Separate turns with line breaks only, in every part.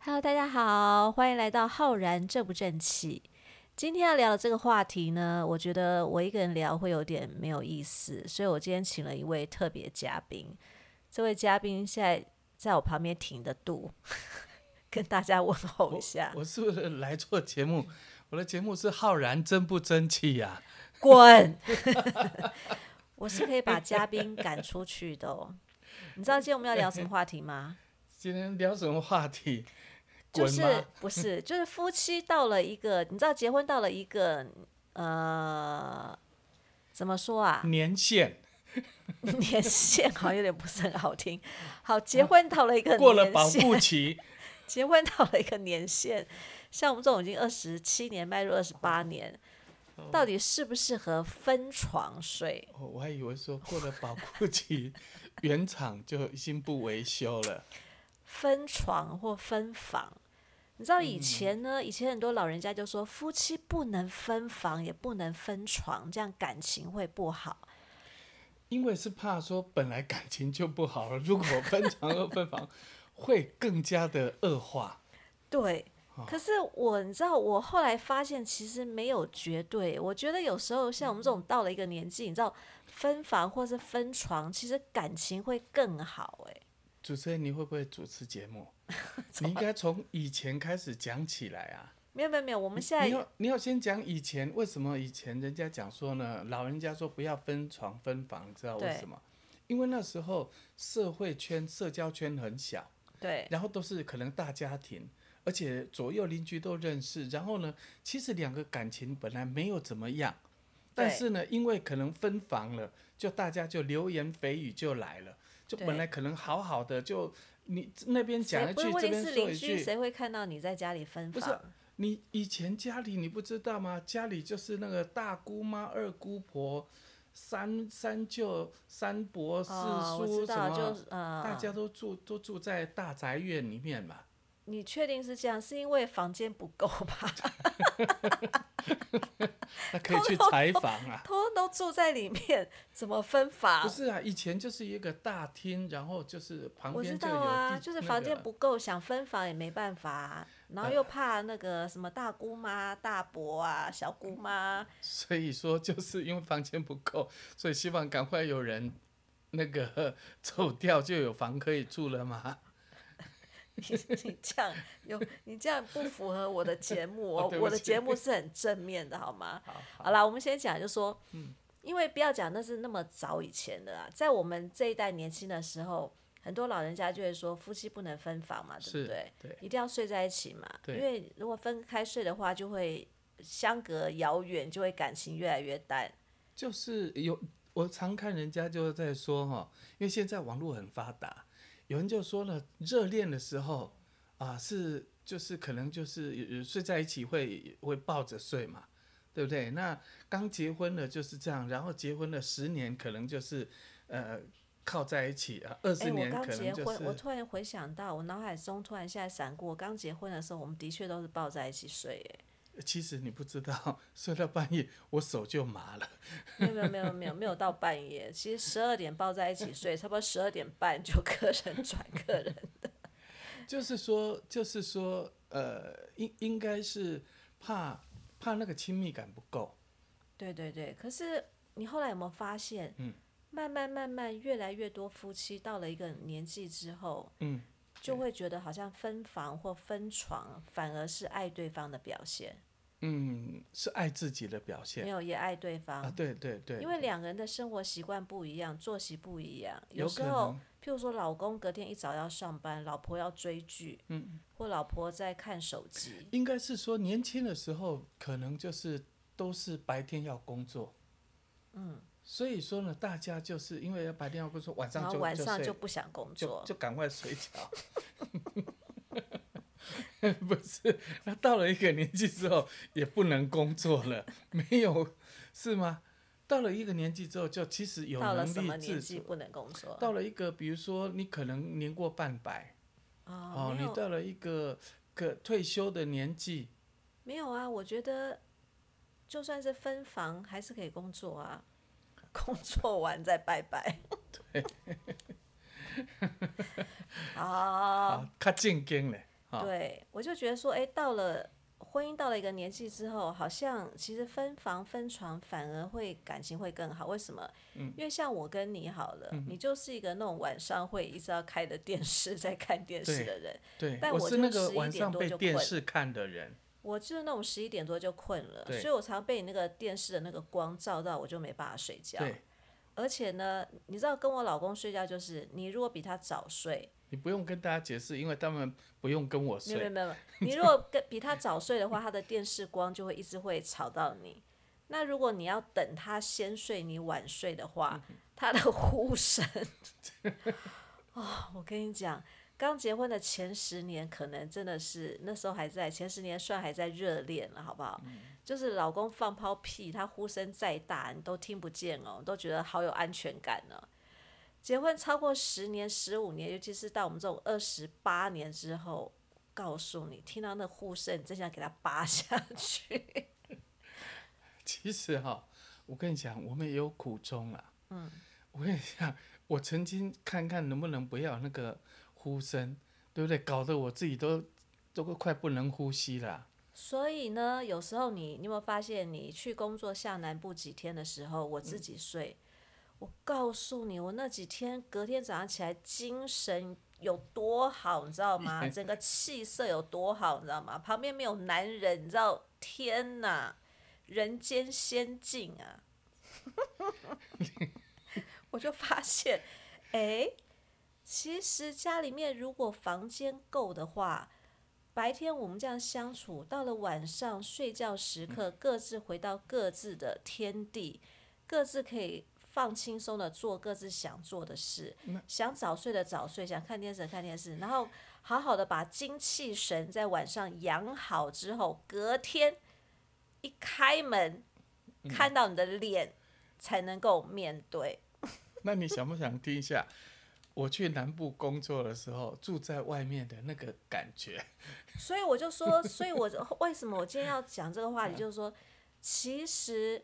Hello，大家好，欢迎来到浩然正不正气。今天要聊的这个话题呢，我觉得我一个人聊会有点没有意思，所以我今天请了一位特别嘉宾。这位嘉宾现在在我旁边挺着肚， 跟大家问候一下。
我是不是来做节目？ 我的节目是浩然争不争气呀、
滚！ 我是可以把嘉宾赶出去的哦。你知道今天我们要聊什么话题吗？
今天聊什么话题？
就
滚
是
吗？
不是就是夫妻到了一个，你知道结婚到了一个呃，怎么说啊？
年限
年限好像有点不是很好听。好，结婚到了一个
嗯 过了
年
保
限，
护期，
结婚到了一个年限，像我们这种已经二十七年迈入二十八年，到底适不适合分床睡？
哦我还以为说过了保护期， 原厂就已经不维修了。
分床或分房。你知道
嗯
以前呢，以前很多老人家就说夫妻不能分房，也不能分床，这样感情会不好。
因为是怕说本来感情就不好了， 如果分床又分房，会更加的恶化。
对，
哦
可是我你知道，我后来发现其实没有绝对。我觉得有时候像我们
嗯
这种到了一个年纪，你知道分房或是分床，其实感情会更好、欸。
主持人，你会不会主持节 目？你应该从以前开始讲起来啊。
没有没有没有，我们现
你
在
要你要先讲以前为什么以前人家讲说呢？老人家说不要分床分房，你知道为
对
什么？因为那时候社会圈、社交圈很小，
对
然后都是可能大家庭，而且左右邻居都认识。然后呢，其实两个感情本来没有怎么样，但
对
是呢，因为可能分房了，就大家就流言蜚语就来了，就
对
本来可能好好的，就你那边讲
谁
一
不
句
是，问题
这边
是
说
邻
一
居，
句，
谁会看到你在家里分
不是
房？
你以前家里你不知道吗？家里就是那个大姑妈、二姑婆、三三舅、三伯、四
哦，我
叔
知
什
道，
么，
就是
大
呃，
家都住都住在大宅院里 面嘛。
你确定是这样？是因为房间不够吧？
那可以去采访 啊，
通通都住在里面，怎么分
不
房？
是啊，以前就是一个大厅，然后就是旁
我知
边就有
道啊，
地
就是
那个嗯
房间不够，想分房也没办法啊、然后又怕那个什么大姑妈、大伯啊、小姑妈，
所以说，就是因为房间不够，所以希望赶快有人那个 走掉，就有房可以住了嘛。
你你这样有你这样不符合我的节目
哦
哦，
对不
我的
起
节目是很正面的，好吗？
好，嗯
好啦，我们先讲，就说，因为不要讲那是那么早以前的啊，在我们这一代年轻的时候，很多老人家就会说夫妻不能分房嘛，对
是
不对？
对，
一定要睡在一起嘛，因
对
为如果分开睡的话，就会相隔遥远，就会感情越来越淡。
就是有我常看人家就在说哈，因为现在网络很发达，有人就说了，热恋的时候啊是就是可能就是呃睡在一起会会抱着睡嘛，对不对？那刚结婚了就是这样，然后结婚了十年可能就是呃靠在一起啊，二
哎、
十
我
年
刚
可
结
能
婚，
就是
我突然回想到，我脑海中突然现在闪过，我刚结婚的时候，我们的确都是抱在一起睡耶。
其实你不知道， 睡到半夜我手就麻了。
没有没有没有没有没有到半夜，其实十二点抱在一起睡，差不多十二点半就 个人转个人。
就是说，就是说，呃，应应该是怕怕那个亲密感不够，
对对对，可是你后来有没有发现，
嗯
慢慢慢慢越来越多夫妻到了一个年纪之后，
嗯，
就会觉得好像分房或分床反而是爱对方的表现，
嗯，是爱自己的表现
没有也爱对方，
啊，对对对，
因为两个人的生活习惯不一样，作息不一样，
有
时
可
候，譬如说老公隔天一早要上班，老婆要追剧，嗯，或老婆在看手机，
应该是说年轻的时候可能就是都是白天要工作，嗯，所以说呢，大家就是因为白天要工作，晚
然
上
后
就
晚上
就
就
睡
不想工
就
作，
就赶快睡觉。 不是，那到了一个年纪之后也不能工作了，没有是吗？到了一个年纪之后，就其实有
到
能
了什么
力
年
自
纪
主。
不能工作？
到了一个，比如说你可能年过半百
哦，没
你
有
到了一个可退休的年纪，
没有啊，我觉得就算是分房，还是可以工作啊。工作完再拜拜。 对。好，哦
哦啊，较正经嘞，哈、
对，我就觉得说，哎，到了婚姻到了一个年纪之后，好像其实分房分床反而会感情会更好。为什么？
嗯
因为像我跟你好了，你就是一个那种晚上会一直要开着电视 在看电视的人，
对，
但
我
我
是
就
那个
11
晚
点
上
多
被
就
电
困
视看的人，
我就是那种十一点多就困了，
对
所以我常被你那个电视的那个光照到，我就没办法睡觉。
对
而且呢，你知道跟我老公睡觉就是，你如果比他早睡，
你不用跟大家解释，因为他们不用跟我
没有没有
睡。
没有，你如果跟比他早睡的话，他的电视光就会一直会吵到你。那如果你要等他先睡，你晚睡的话， 他的呼声，哦，我跟你讲，刚结婚的前十年，可能真的是那时候还在前十年算还在热恋了，好不好？就是老公放泡屁，他呼声再大，你都听不见哦，都觉得好有安全感呢、结婚超过十年、十五年，尤其是到我们这种二十八年之后，告诉你，听到那呼声，你真想给他扒下去。
其实哈、我跟你讲，我们也有苦衷啦。嗯，我跟你讲，我曾经看看能不能不要那个呼声，对不对？搞得我自己都都快不能呼吸啦。
所以呢，有时候你你有没有发现，你去工作下南部几天的时候，我自己睡，我告诉你，我那几天隔天早上起来精神有多好，你知道吗？整个气色有多好，你知道吗？旁边没有男人，你知道？天哪，人间仙境啊！ 我就发现，哎、其实家里面如果房间够的话，白天我们这样相处，到了晚上睡觉时刻，各自回到各自的天地，各自可以放轻松的做各自想做的事，想早睡的早睡，想看电视的看电视，然后好好的把精气神在晚上养好之后，隔天一开门看到你的脸，才能够面对。
那你想不想听一下？我去南部工作的时候，住在外面的那个感觉，
所以我就说，所以我为什么我今天要讲这个话题，
嗯
就是说，其实，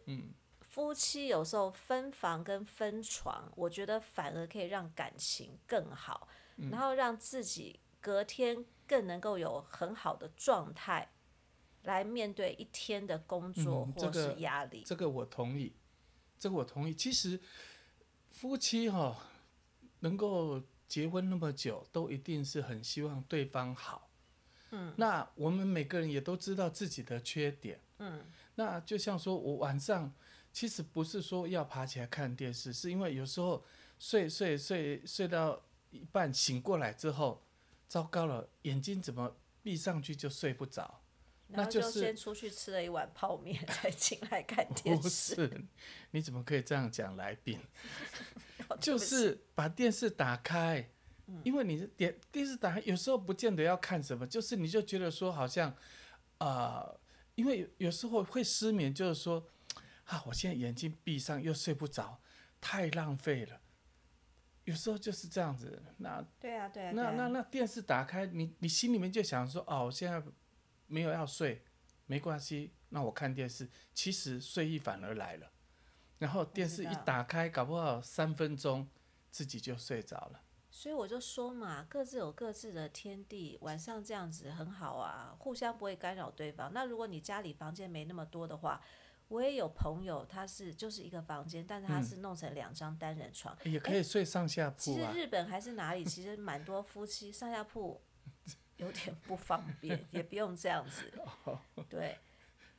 夫妻有时候分房跟分床，我觉得反而可以让感情更好，
嗯
然后让自己隔天更能够有很好的状态，来面对一天的工作
嗯这
或是
个
压力。
这个我同意，这个我同意。其实夫妻哈、能够结婚那么久，都一定是很希望对方好。嗯，那我们每个人也都知道自己的缺点。嗯，那就像说我晚上其实不是说要爬起来看电视，是因为有时候睡睡睡睡到一半醒过来之后，糟糕了，眼睛怎么闭上去就睡不着。
然
那
后
就
就是先出去吃了一碗泡面， 才进来看电
不
视。
是，你怎么可以这样讲来宾？
哦对
就
不起嗯
是把电视打开，因为你的电电视打开，有时候不见得要看什么，就是你就觉得说好像，啊、因为有有时候会失眠，就是说啊，我现在眼睛闭上又睡不着，太浪费了。有时候就是这样子，那
对啊，对啊，对
那
啊
那那电视打开，你你心里面就想说，哦，我现在没有要睡，没关系，那我看电视。其实睡意反而来了，然后电视一打开，搞不好三分钟自己就睡着了。
所以我就说嘛，各自有各自的天地，晚上这样子很好啊，互相不会干扰对方。那如果你家里房间没那么多的话，我也有朋友，他是就是一个房间，但是他是弄成两张单人床。
也可以睡上下
哎其
铺
实
啊，
日本还是哪里，其实蛮多夫妻上下铺有点不方 便，也不用这样子。
哦
对，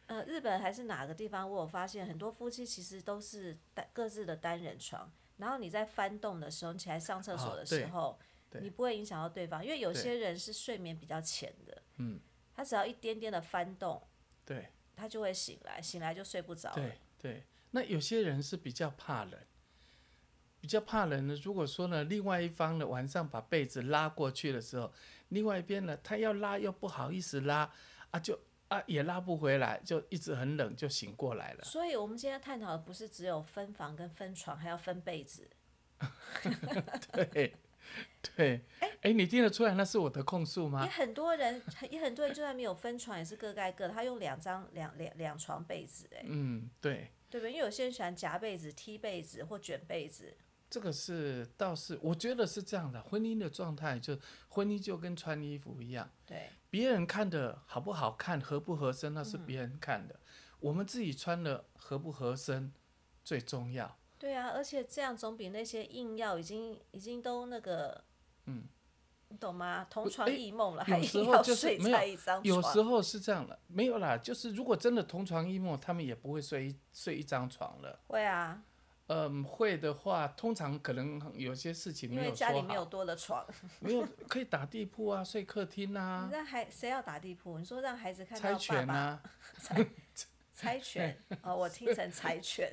呃，日本还是哪个地方，我有发现很多夫妻其实都是单各自的单人床，然后你在翻动的时候，你起来上厕所
哦
的时
对
候，
对
你不会影响到对方，因为有
对
些人是睡眠比较浅的，嗯，他只要一点点的翻动，
对
他就会醒来，醒来就睡不着了。
对对。那有些人是比较怕冷，比较怕冷呢。如果说呢，另外一方呢晚上把被子拉过去的时候，另外一边呢他要拉又不好意思拉啊，就啊也拉不回来，就一直很冷就醒过来 了。
所以，我们今天探讨的不是只有分房跟分床，还要分被子。
对对，哎，你听得出来那是我的控诉
也
吗？
很多人，也很多人就算没有分床，也是各盖各的。他用两张两两两床被子、欸，哎，
嗯，对
对不对？因为有些人喜欢夹被子、踢被子或卷被子，
这个是倒是我觉得是这样的，婚姻的状态就婚姻就跟穿衣服一样，
对，
别人看的好不好看、合不合身，那是别人看的，我们自己穿的合不合身最重要。
对啊，而且这样总比那些硬要已经已经都那个，
嗯，
你懂吗？同
不
床
诶
异梦了，还
有时
硬
候
要
就是
睡
没
在一张
有
床
时候是这样的，没有啦，就是如果真的同床异梦，他们也不会睡一睡一张床了。
会啊，
嗯，会的话，通常可能有些事情
因
没
为
有说
家里
好，
没有多的床，
没有可以打地铺啊，睡客厅啊
你，让孩谁要打地铺？你说让孩子看
猜
到爸
拳
爸
啊，
猜猜拳
哎
哦，我听成柴 犬。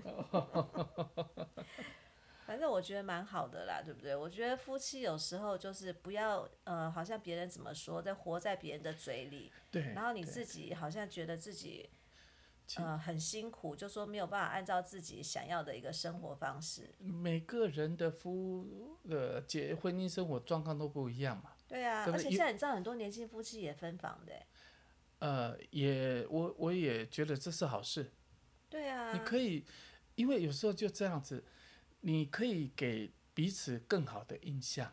反正我觉得蛮好的啦，对不对？我觉得夫妻有时候就是不要呃，好像别人怎么说，在活在别人的嘴里，
对。
然后你
对
自己好像觉得自己
其
呃很辛苦，就说没有办法按照自己想要的一个生活方式。
每个人的夫呃结婚姻生活状况都不一样嘛。
对啊，
可
而
是
且
有
现在你知道很多年轻夫妻也分房的欸、
呃，也我我也觉得这是好事，
对啊，
你可以，因为有时候就这样子，你可以给彼此更好的印象。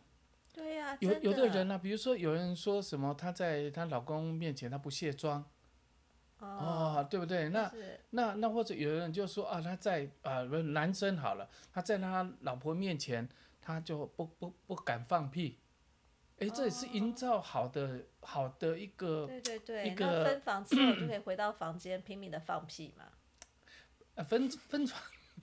对啊，
有
真
有的
的
人呢、比如说有人说什么，她在她老公面前她不卸妆
哦，
啊、对不对？那
是
那那或者有人就说啊，他在啊、不是男生好了，他在他老婆面前他就不不不敢放屁，哎，这也是
哦
营造好的、好的一个
对对对，
个
那分房之后就可以回到房间拼命的放屁嘛。
呃分分床，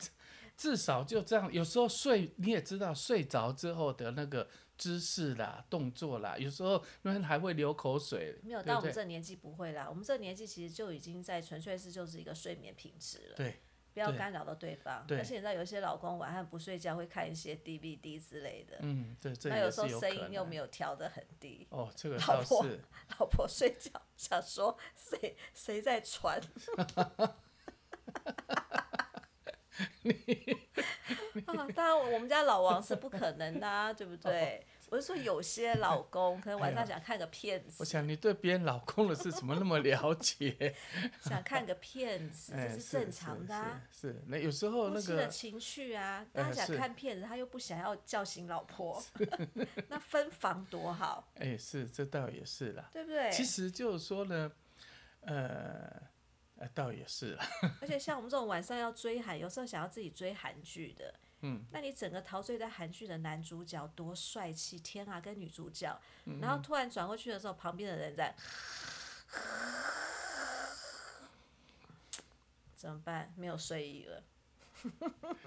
至少就这样。有时候睡你也知道，睡着之后的那个姿势啦、动作啦，有时候那边还会流口水，
没有，
对
到
不
我们
对？
这年纪不会啦。我们这年纪其实就已经在纯粹是就是一个睡眠品质了，
对
不要
对
干扰到对方。
对
而且你知道，有一些老公晚上不睡觉会看一些 DVD 之类的，
嗯，对，这
那
也
时
是
候
有
声
可
音又没
能。
有调得很低，
哦，这个
老
倒
婆
是，
老婆睡觉想说谁谁在 传， 啊，当然我们家老王是不可能的、啊，对不对？我是说有些老公可能晚上想看个片
哦哎我
子，
想你对别人老公的事怎么那么了解？
想看个片子，
哎
这是正常的、啊。
是是是那有时候
夫
那
妻的
个
情趣啊，
呃
大家
是
想看片子，他又不想要叫醒老婆， 那分房多好，
哎，是这倒也是啦。
对不对？
其实就是说呢，呃，呃，倒也是啦。
而且像我们这种晚上要追韩，有时候想要自己追韩剧的，嗯，那你整个陶醉在韩剧的男主角多帅气，天啊，跟女主角，
嗯
然后突然转过去的时候，旁边的人在，怎么办？没有睡意了，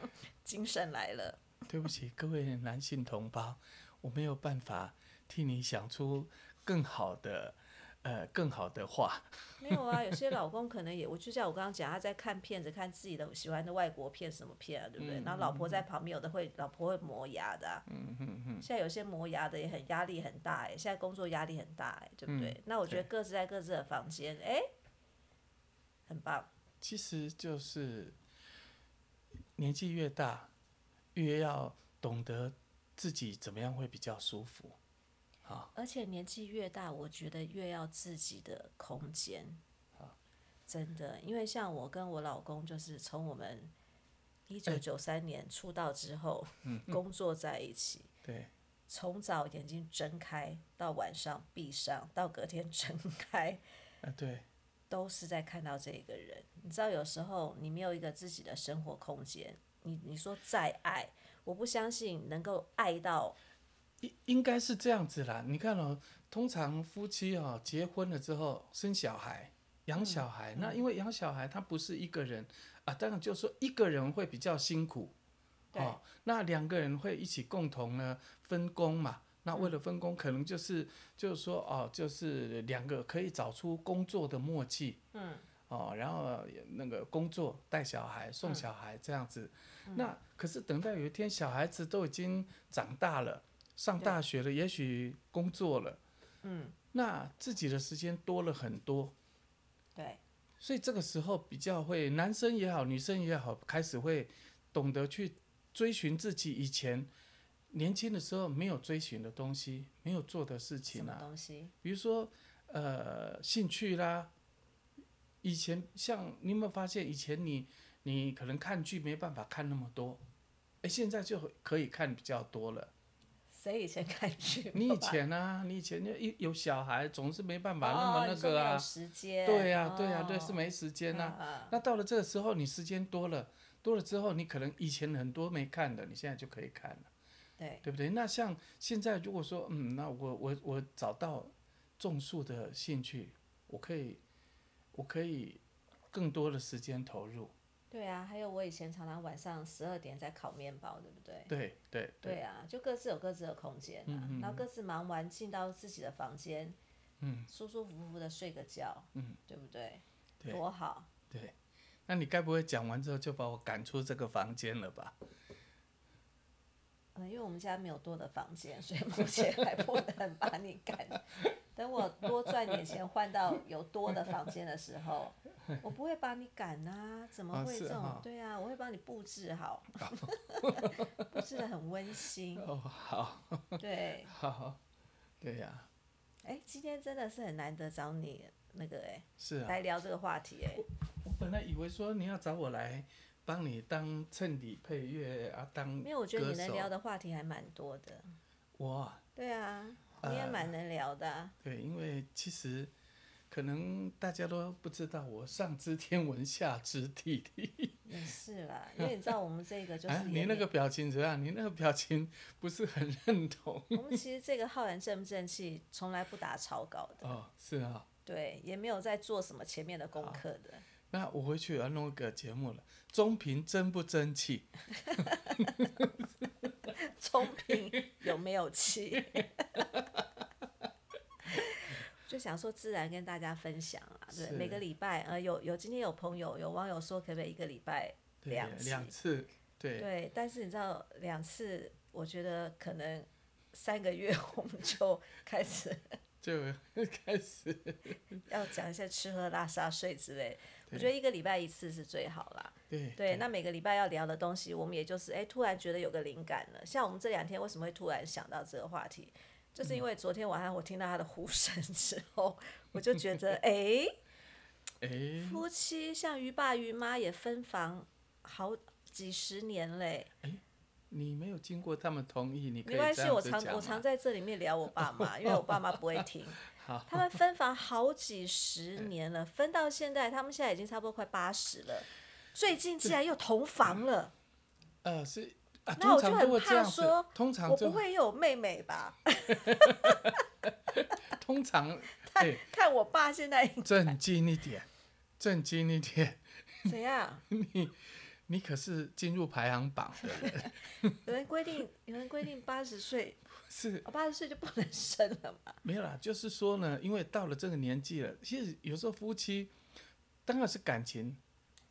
精神来了，
对不起，各位男性同胞，我没有办法替你想出更好的，呃，更好的话。
没有啊？有些老公可能也，我就像我刚刚讲，他在看片子，看自己的喜欢的外国片什么片啊，对不对？然后老婆在旁边，有的会老婆会磨牙的、啊，
嗯嗯嗯，
现在有些磨牙的也很压力很大哎、现在工作压力很大哎、对不对？那我觉得各自在各自的房间，哎、很棒。
其实就是年纪越大，越要懂得自己怎么样会比较舒服。
而且年纪越大，我觉得越要自己的空间。真的，因为像我跟我老公，就是从我
哎
们一九九三年出道之后， 工作在一起，
嗯对，
从早眼睛睁开到晚上闭上，到隔天 睁开，
啊对，
都是在看到这一个人。你知道，有时候你没有一个自己的生活空间，你你说再爱，我不相信能够爱到
应应该是这样子啦。你看哦，通常夫妻哦结婚了之后生小孩。养小孩，那因为养小孩他不是一个人啊，当然就是说一个人会比较辛苦，
对、
哦，那两个人会一起共同呢分工嘛？那为了分工，可能就是就是说哦，就是两个可以找出工作的默契，嗯，哦，然后呃那个工作带小孩、送小孩这样子。那可是等到有一天小孩子都已经长大了，上大学了，也许工作了，嗯，那自己的时间多了很多，
对，
所以这个时候比较会，男生也好，女生也好，开始会懂得去追寻自己以前年轻的时候没有追寻的东西，没有做的事
嗯什
情
么
啊，
东西？
比如说呃兴趣啦。以前像你有没有发现，以前你你可能看剧没办法看那么多，哎、哎，现在就可以看比较多了。
谁以前看剧？
你以前啊，你以前就一有小孩，总是没办
哦
法那么那
你说
个
没有
啊。
时间。
对呀、对呀、
哦
对，是没时间啊呐、
嗯嗯
那到了这个时候，你时间多了，多了之后，你可能以前很多没看的，你现在就可以看了，
对，
对不对？那像现在如果说，嗯，那我我我找到种树的兴趣，我可以，我可以更多的时间投入，
对啊，还有我以前常常晚上十二点在烤面包，对不对？
对对对，嗯
对啊，就各自有各自的空间啊，然后各自忙完进到自己的房间，嗯，舒舒服服的睡个觉，嗯，对不对？
对
多好。
那你该不会讲完之后就把我赶出这个房间了吧？
嗯，因为我们家没有多的房间，所以目前还不能把你赶。等我多赚点钱，换到有多的房间的时候，我不会把你赶啊！怎么
啊
会
是
这种？
哈
对啊，我会帮你布置 好，布置的很温馨。
哦，好，
对，
好，对呀、
哎，今天真的是很难得找你那个哎、
是啊。
来聊这个话题哎、
我本来以为说你要找我来帮你当衬底配乐啊，当
因为我觉得
歌
你能
手哎
聊的话题还蛮多的。
我啊
对啊，你也蛮能聊的啊、
对，因为其实可能大家都不知道，我上知天文下知地理。
也是啦，因为你知道我们这个就
啊，
是
你
也
那个表情怎么样？你那个表情不是很认同
我们其实这个浩然正不正气，从来不打草稿的，
哦，是啊、
对，也没有在做什么前面的功课的。
那我回去也要弄一个节目了，中评争不争气？
聪明有没有气？ 就想说自然跟大家分享啊，对，
是
每个礼拜呃有有今天有朋友有网友说可不可以一个礼拜
对，
两
两
次，
次，对，
对，但是你知道两次，我觉得可能三个月 我们就开始
就 开始
要讲一些吃喝拉撒睡之类。我觉得一个礼拜一次是最好啦。
对
对，那每个礼拜要聊的东西，我们也就是哎，突然觉得有个灵感了。像我们这两天为什么会突然想到这个话题，就是
嗯
因为昨天晚上我听到他的呼声之后，我就觉得哎，
哎
夫妻像于爸于妈也分房好几十年嘞。
你没有经过他们同意，你可以
没关
这
系，
样
我
子
常
讲
我
吗
常在这里面聊我爸妈，因为我爸妈不会 听。他们分房好几十年了，分到现在，他们现在已经差不多快八十了，最近竟然又同房了，
呃是啊，
那我就
通常都
很
会这
怕
样子
说，
通常
我
就
不会又有妹妹吧？
通 常对。
看我爸现在
正经一点，正经一点，
怎样？
你可是进入排行榜的人，
有人规定，有人规定八十岁，哦
是
八十岁就不能生了嘛？
没有啦。就是说呢，因为到了这个年纪了，其实有时候夫妻当然是感情，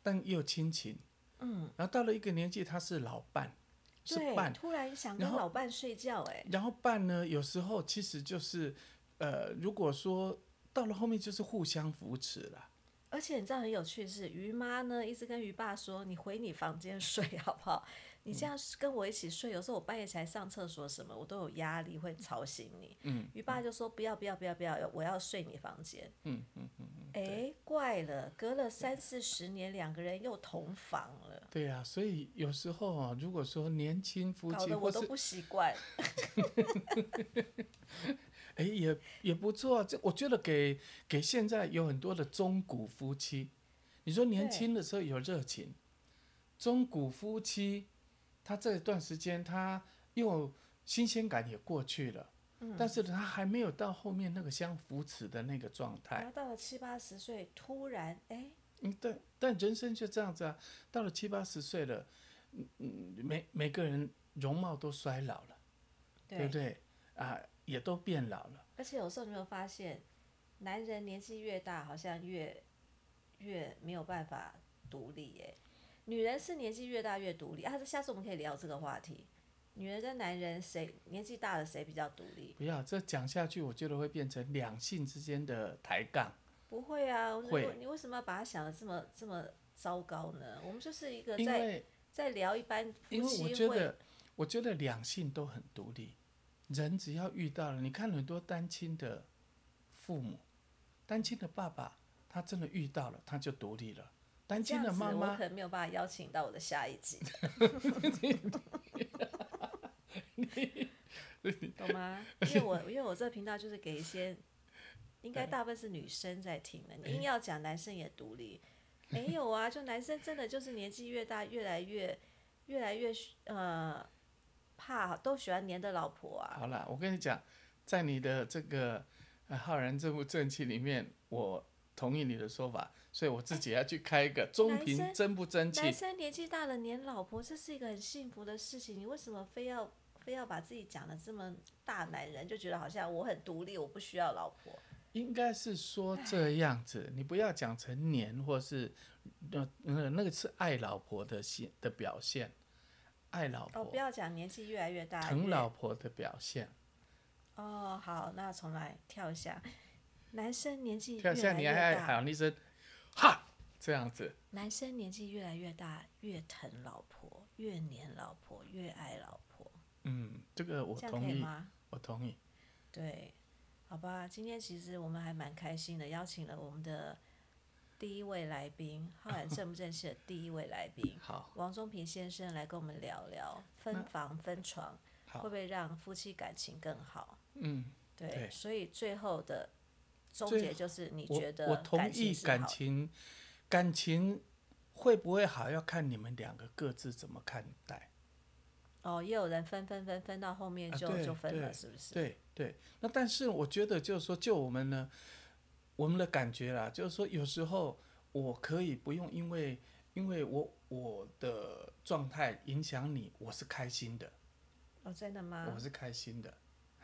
但也有亲情。嗯，然后到了一个年纪，他是老伴，是
对，
伴。
突然想跟
然后
老伴睡觉、哎，
然后伴呢，有时候其实就是，呃，如果说到了后面就是互相扶持啦。
而且你知道很有趣的是，于妈呢一直跟于爸说：“你回你房间睡 好不好？你这样跟我一起睡，有时候我半夜起来上厕所什么，我都有压力，会吵醒你。”嗯，于爸就说：“不要不要不要不要，我要睡你房间。
嗯嗯嗯，”
哎，怪了，隔了三四十年，两个人又同房了，
对呀、所以有时候啊，如果说年轻夫
搞
妻
得
或
我
是
都不习惯。
哎，也也不错啊。这我觉得给给现在有很多的中古夫妻，你说年
对
轻的时候有热情，中古夫妻，他这段时间他又新鲜感也过去了，
嗯
但是他还没有到后面那个相扶持的那个状态。
然后到了七八十岁，突然哎，
嗯，但但人生就这样子啊，到了七八十岁了，嗯嗯，每每个人容貌都衰老了，对
对
不对？啊，也都变老了。
而且有时候你有没有发现，男人年纪越大，好像越越没有办法独立耶。女人是年纪越大越独立啊，这下次我们可以聊这个话题。女人跟男人谁年纪大了谁比较独立？
不要，这讲下去，我觉得会变成两性之间的抬杠。
不会啊，我
会
你为什么要把它想的这么这么糟糕呢？我们就是一个
因
呃在
为，
在聊一般
因
夫
为我
妻
觉
会
得，我觉得两性都很独立。人只要遇到了，你看很多单亲的父母，单亲的爸爸，他真的遇到了，他就独立了。单
这
亲
样
的
子，
妈
我
妈
可能没有办法邀请到我的下一集。 懂吗？因为我因为我这频道就是给一些，应该大部分是女生在听的，你硬要讲男生也独立，没有啊，就男生真的就是年纪越大越来越越来越呃怕，都喜欢黏的老婆啊，
好啦，我跟你讲，在你的这个呃浩然正不正气里面，我同意你的说法，所以我自己要去开一个中
男
评
生
争不争气
男。生年纪大了黏老婆，这是一个很幸福的事情。你为什么非要非要把自己讲的这么大男人，就觉得好像我很独立，我不需要老婆？
应该是说这样子，你不要讲成年或是呃那那那个是爱老婆的现的表现，爱老
哦，
婆、
不要讲年纪越来越大，
疼
越
老婆的表现。
哦。好，那重来跳一下。男生年纪越
跳下
来
你
越
还爱
大，
喊一声哈这样子，
男生年纪越来越大，越疼老婆，越黏老婆，越爱老婆，
嗯，这个我
这样可
同
以
意，
吗？
我同意。
对，好吧，今天其实我们还蛮开心的，邀请了我们的第一位来宾，浩然正不正式的第一位来宾
好，
王宗平先生来跟我们聊聊分房分床会
好
不会让夫妻感情更好？
嗯，
对，
对
所以最后的终
最
结就是你
我
觉得
我同意
是好
感
的
情，感情会不会好要看你们两个各自怎么看待。
哦，也有人分分分分到后面
啊
就、
对
就分了，
对
是不是？
对对，那但是我觉得就是说，就我们呢，我们的感觉啦，就是说有时候我可以不用因为因为我我的状态影响你，我是开心的，
哦，真的吗？
我是开心的，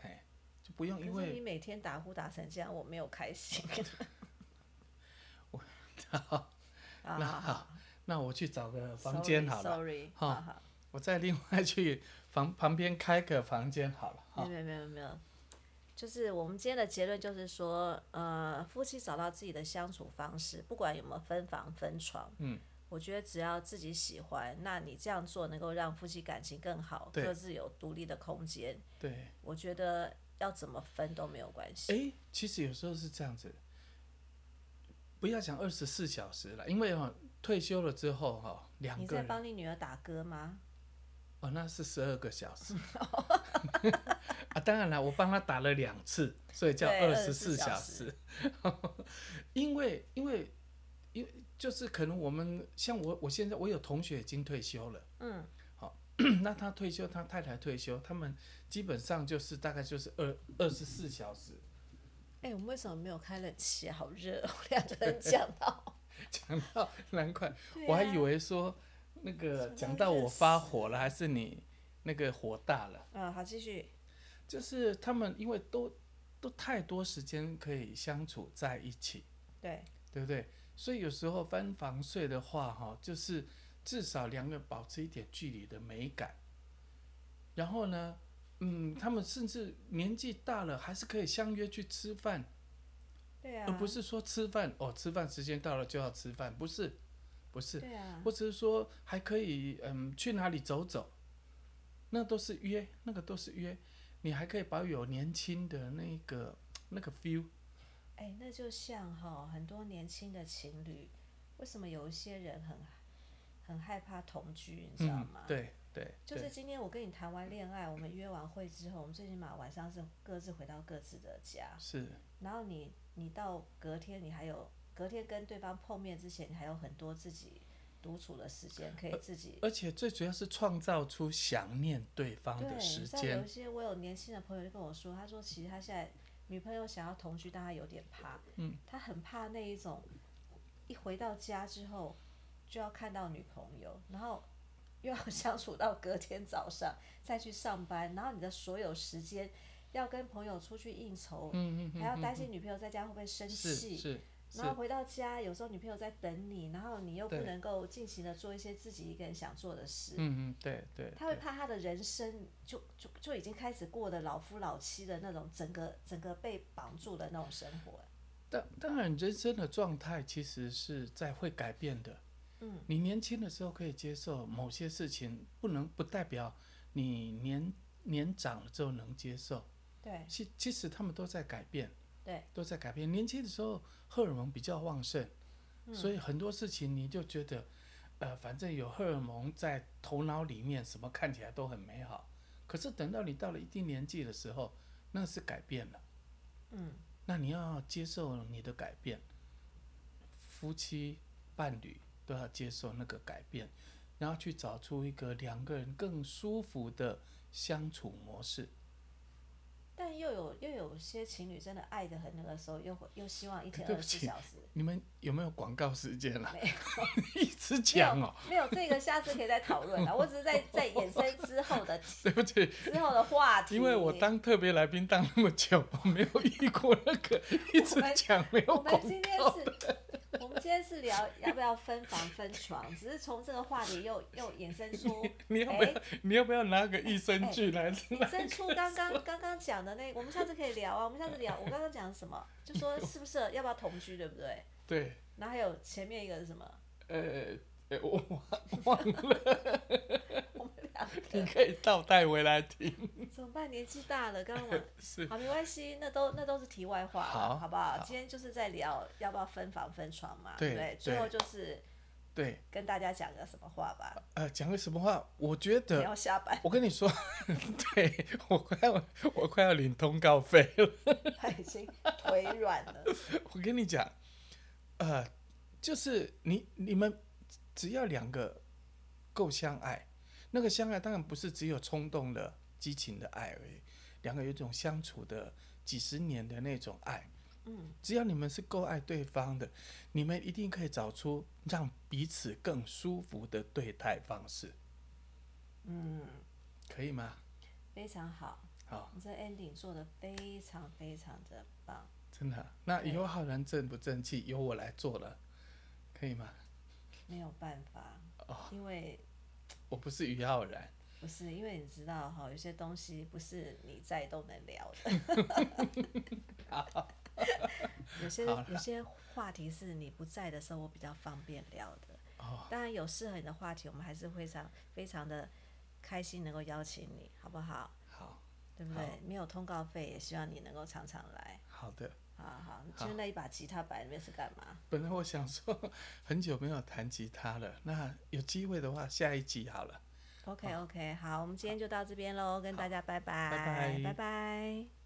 哎，就不用
可
因
是
为
你每天打呼打成这样，我没有开 心。我
那
好
好那我去找个房间好了，
Sorry，
哈
好好，
我再另外去房旁边开个房间好了哈。
没有没有没有没有，就是我们今天的结论就是说，呃，夫妻找到自己的相处方式，不管有没有分房分床，嗯，我觉得只要自己喜欢，那你这样做能够让夫妻感情更好，
对
各自有独立的空间，
对，
我觉得要怎么分都没有关系。
哎，其实有时候是这样子，不要讲二十四小时了，因为哈、哦、退休了之后哈、哦，两
你
个
在
人
帮你女儿打歌吗？
哦，那是十二个小时。啊，当然了，我帮他打了两次，所以叫
对
二十四
24
小
小
时。 因为，因为，因为就是可能我们像我，我现在我有同学已经退休了，
嗯，
那他退休，他太太退休，他们基本上就是大概就是二二十四小时。
哎、我们为什么没有开冷气啊？好热哦， 我两个人讲 到，
讲到难怪，
对
我还
啊
以为说那个
讲到
讲到我
热
发
死
火了，还是你那个火大了。
嗯，好，继续。
就是他们因为都都太多时间可以相处在一起，
对，
对不对？所以有时候分房睡的话，哈，就是至少两个人保持一点距离的美感。然后呢，嗯，他们甚至年纪大了，还是可以相约去吃饭，
对啊，
而呃不是说吃饭哦，吃饭时间到了就要吃饭，不是，不是，
对啊，
或者是说还可以嗯去哪里走走，那都是约，那个都是约，你还可以保有年轻的那个那个 feel，
哎、那就像哈、很多年轻的情侣，为什么有一些人很很害怕同居，你知道
嗯
吗，？
对对
就是
对，
今天我跟你谈完恋爱，我们约完会之后，我们最起码晚上是各自回到各自的家，
是，
然后你你到隔天你还有隔天跟对方碰面之前，你还有很多自己独处的时间，
呃
可以自己。
而且最主要是创造出想念对方
对，
的
你
时
知道有
间
一，些我有年轻的朋友就跟我说，他说其实他现在女朋友想要同居，但他有点怕，嗯，他很怕那一种一回到家之后就要看到女朋友，然后又要 相处到隔天早上再去上班，然后你的所有时间要跟朋友出去应酬，
嗯嗯嗯，
还要担心女朋友在家会不会生
是
气，
是
然后
是，
回到家，有时候女朋友在等你，然后你又不
对
能够尽情的做一些自己一个人想做的事，
嗯嗯，对对
他会
对，
怕他的人生就就就已经开始过的老夫老妻的那种整个整个被绑住的那种生活。
当当然人生的状态其实是在会改变的。
嗯，
你年轻的时候可以接受某些事情，不能不代表你年年长了之后能接受。
对
其其实他们都在改变，
对，
都在改
嗯
变。年轻的时候荷尔蒙比较旺盛，所以很多事情你就觉得，呃，反正有荷尔蒙在头脑里面，什么看起来都很美好。可是等到你到了一定年纪的时候，那是改变了。
嗯，
那你要接受你的改变，夫妻伴侣都要接受那个改变，然后去找出一个两个人更舒服的相处模式。
但又有又有些情侣真的爱的很那个时候，又会又希望一天
对
二
不
十四
起
小 时。
你们有没有广告时间啦、
没有，
一直讲哦、
没有这个，下次可以再讨论啊。我只是在在衍生之后 的
对不起，
之后的话题。
因为我当特别来宾当那么久，我没有遇过那个一直讲没有
我
广
们今天
告。，
是， 我们今天是聊要不要分房分床，只是从这个话题又又衍生出
你要不
哎
要？你要不要拿个益生菌来？
衍生出刚刚刚刚讲的那，我们下次可以聊啊。我们下次聊，我刚刚讲什么？就说是不是要不要同居，对不对？
对，
然后还有前面一个是什么？
呃，呃我忘忘 了，
我们两
你
个
可以倒带回来听。
怎么办？年纪大了，刚刚我。
是，
好，没关系，那都那都是题外话啦，
好
不好？
好
今天就是在聊要不要分房分床嘛，
对
不对？
对
最后就是
对，
跟大家讲个什么话吧，
呃，讲个什么话？我觉
你
得，
要下班，
我跟你说， 对我快要，我快要领通告费了。
他已经腿软了。
我跟你讲，呃，就是你你们只要两个够相爱，那个相爱当然不是只有冲动的激情的爱而已，两个有一种相处的几十年的那种爱。
嗯，
只要你们是够爱对方的，你们一定可以找出让彼此更舒服的对待方式，
嗯，
可以吗？
非常好，
好，
你这 ending 做的非常非常的棒。
真的啊、那
对
以后浩然正不正气由我来做了，可以吗？
没有办法，
哦
因为
我不是于浩然，
不是因为你知道哈，有些东西不是你在都能聊的。 有些
好啦
有些话题是你不在的时候，我比较方便聊的。
哦，
当然有适合你的话题，我们还是非常非常的开心能够邀请你，好不好？
好
对不对？没有通告费，也希望你能够常常来。
好的。
好好，就那一把吉他摆在那边是干嘛？
本来我想说 很久没有弹吉他了，那有机会的话下一集好了。
OK OK，好，我们今天就到这边喽，跟大家拜拜，
拜拜
拜拜。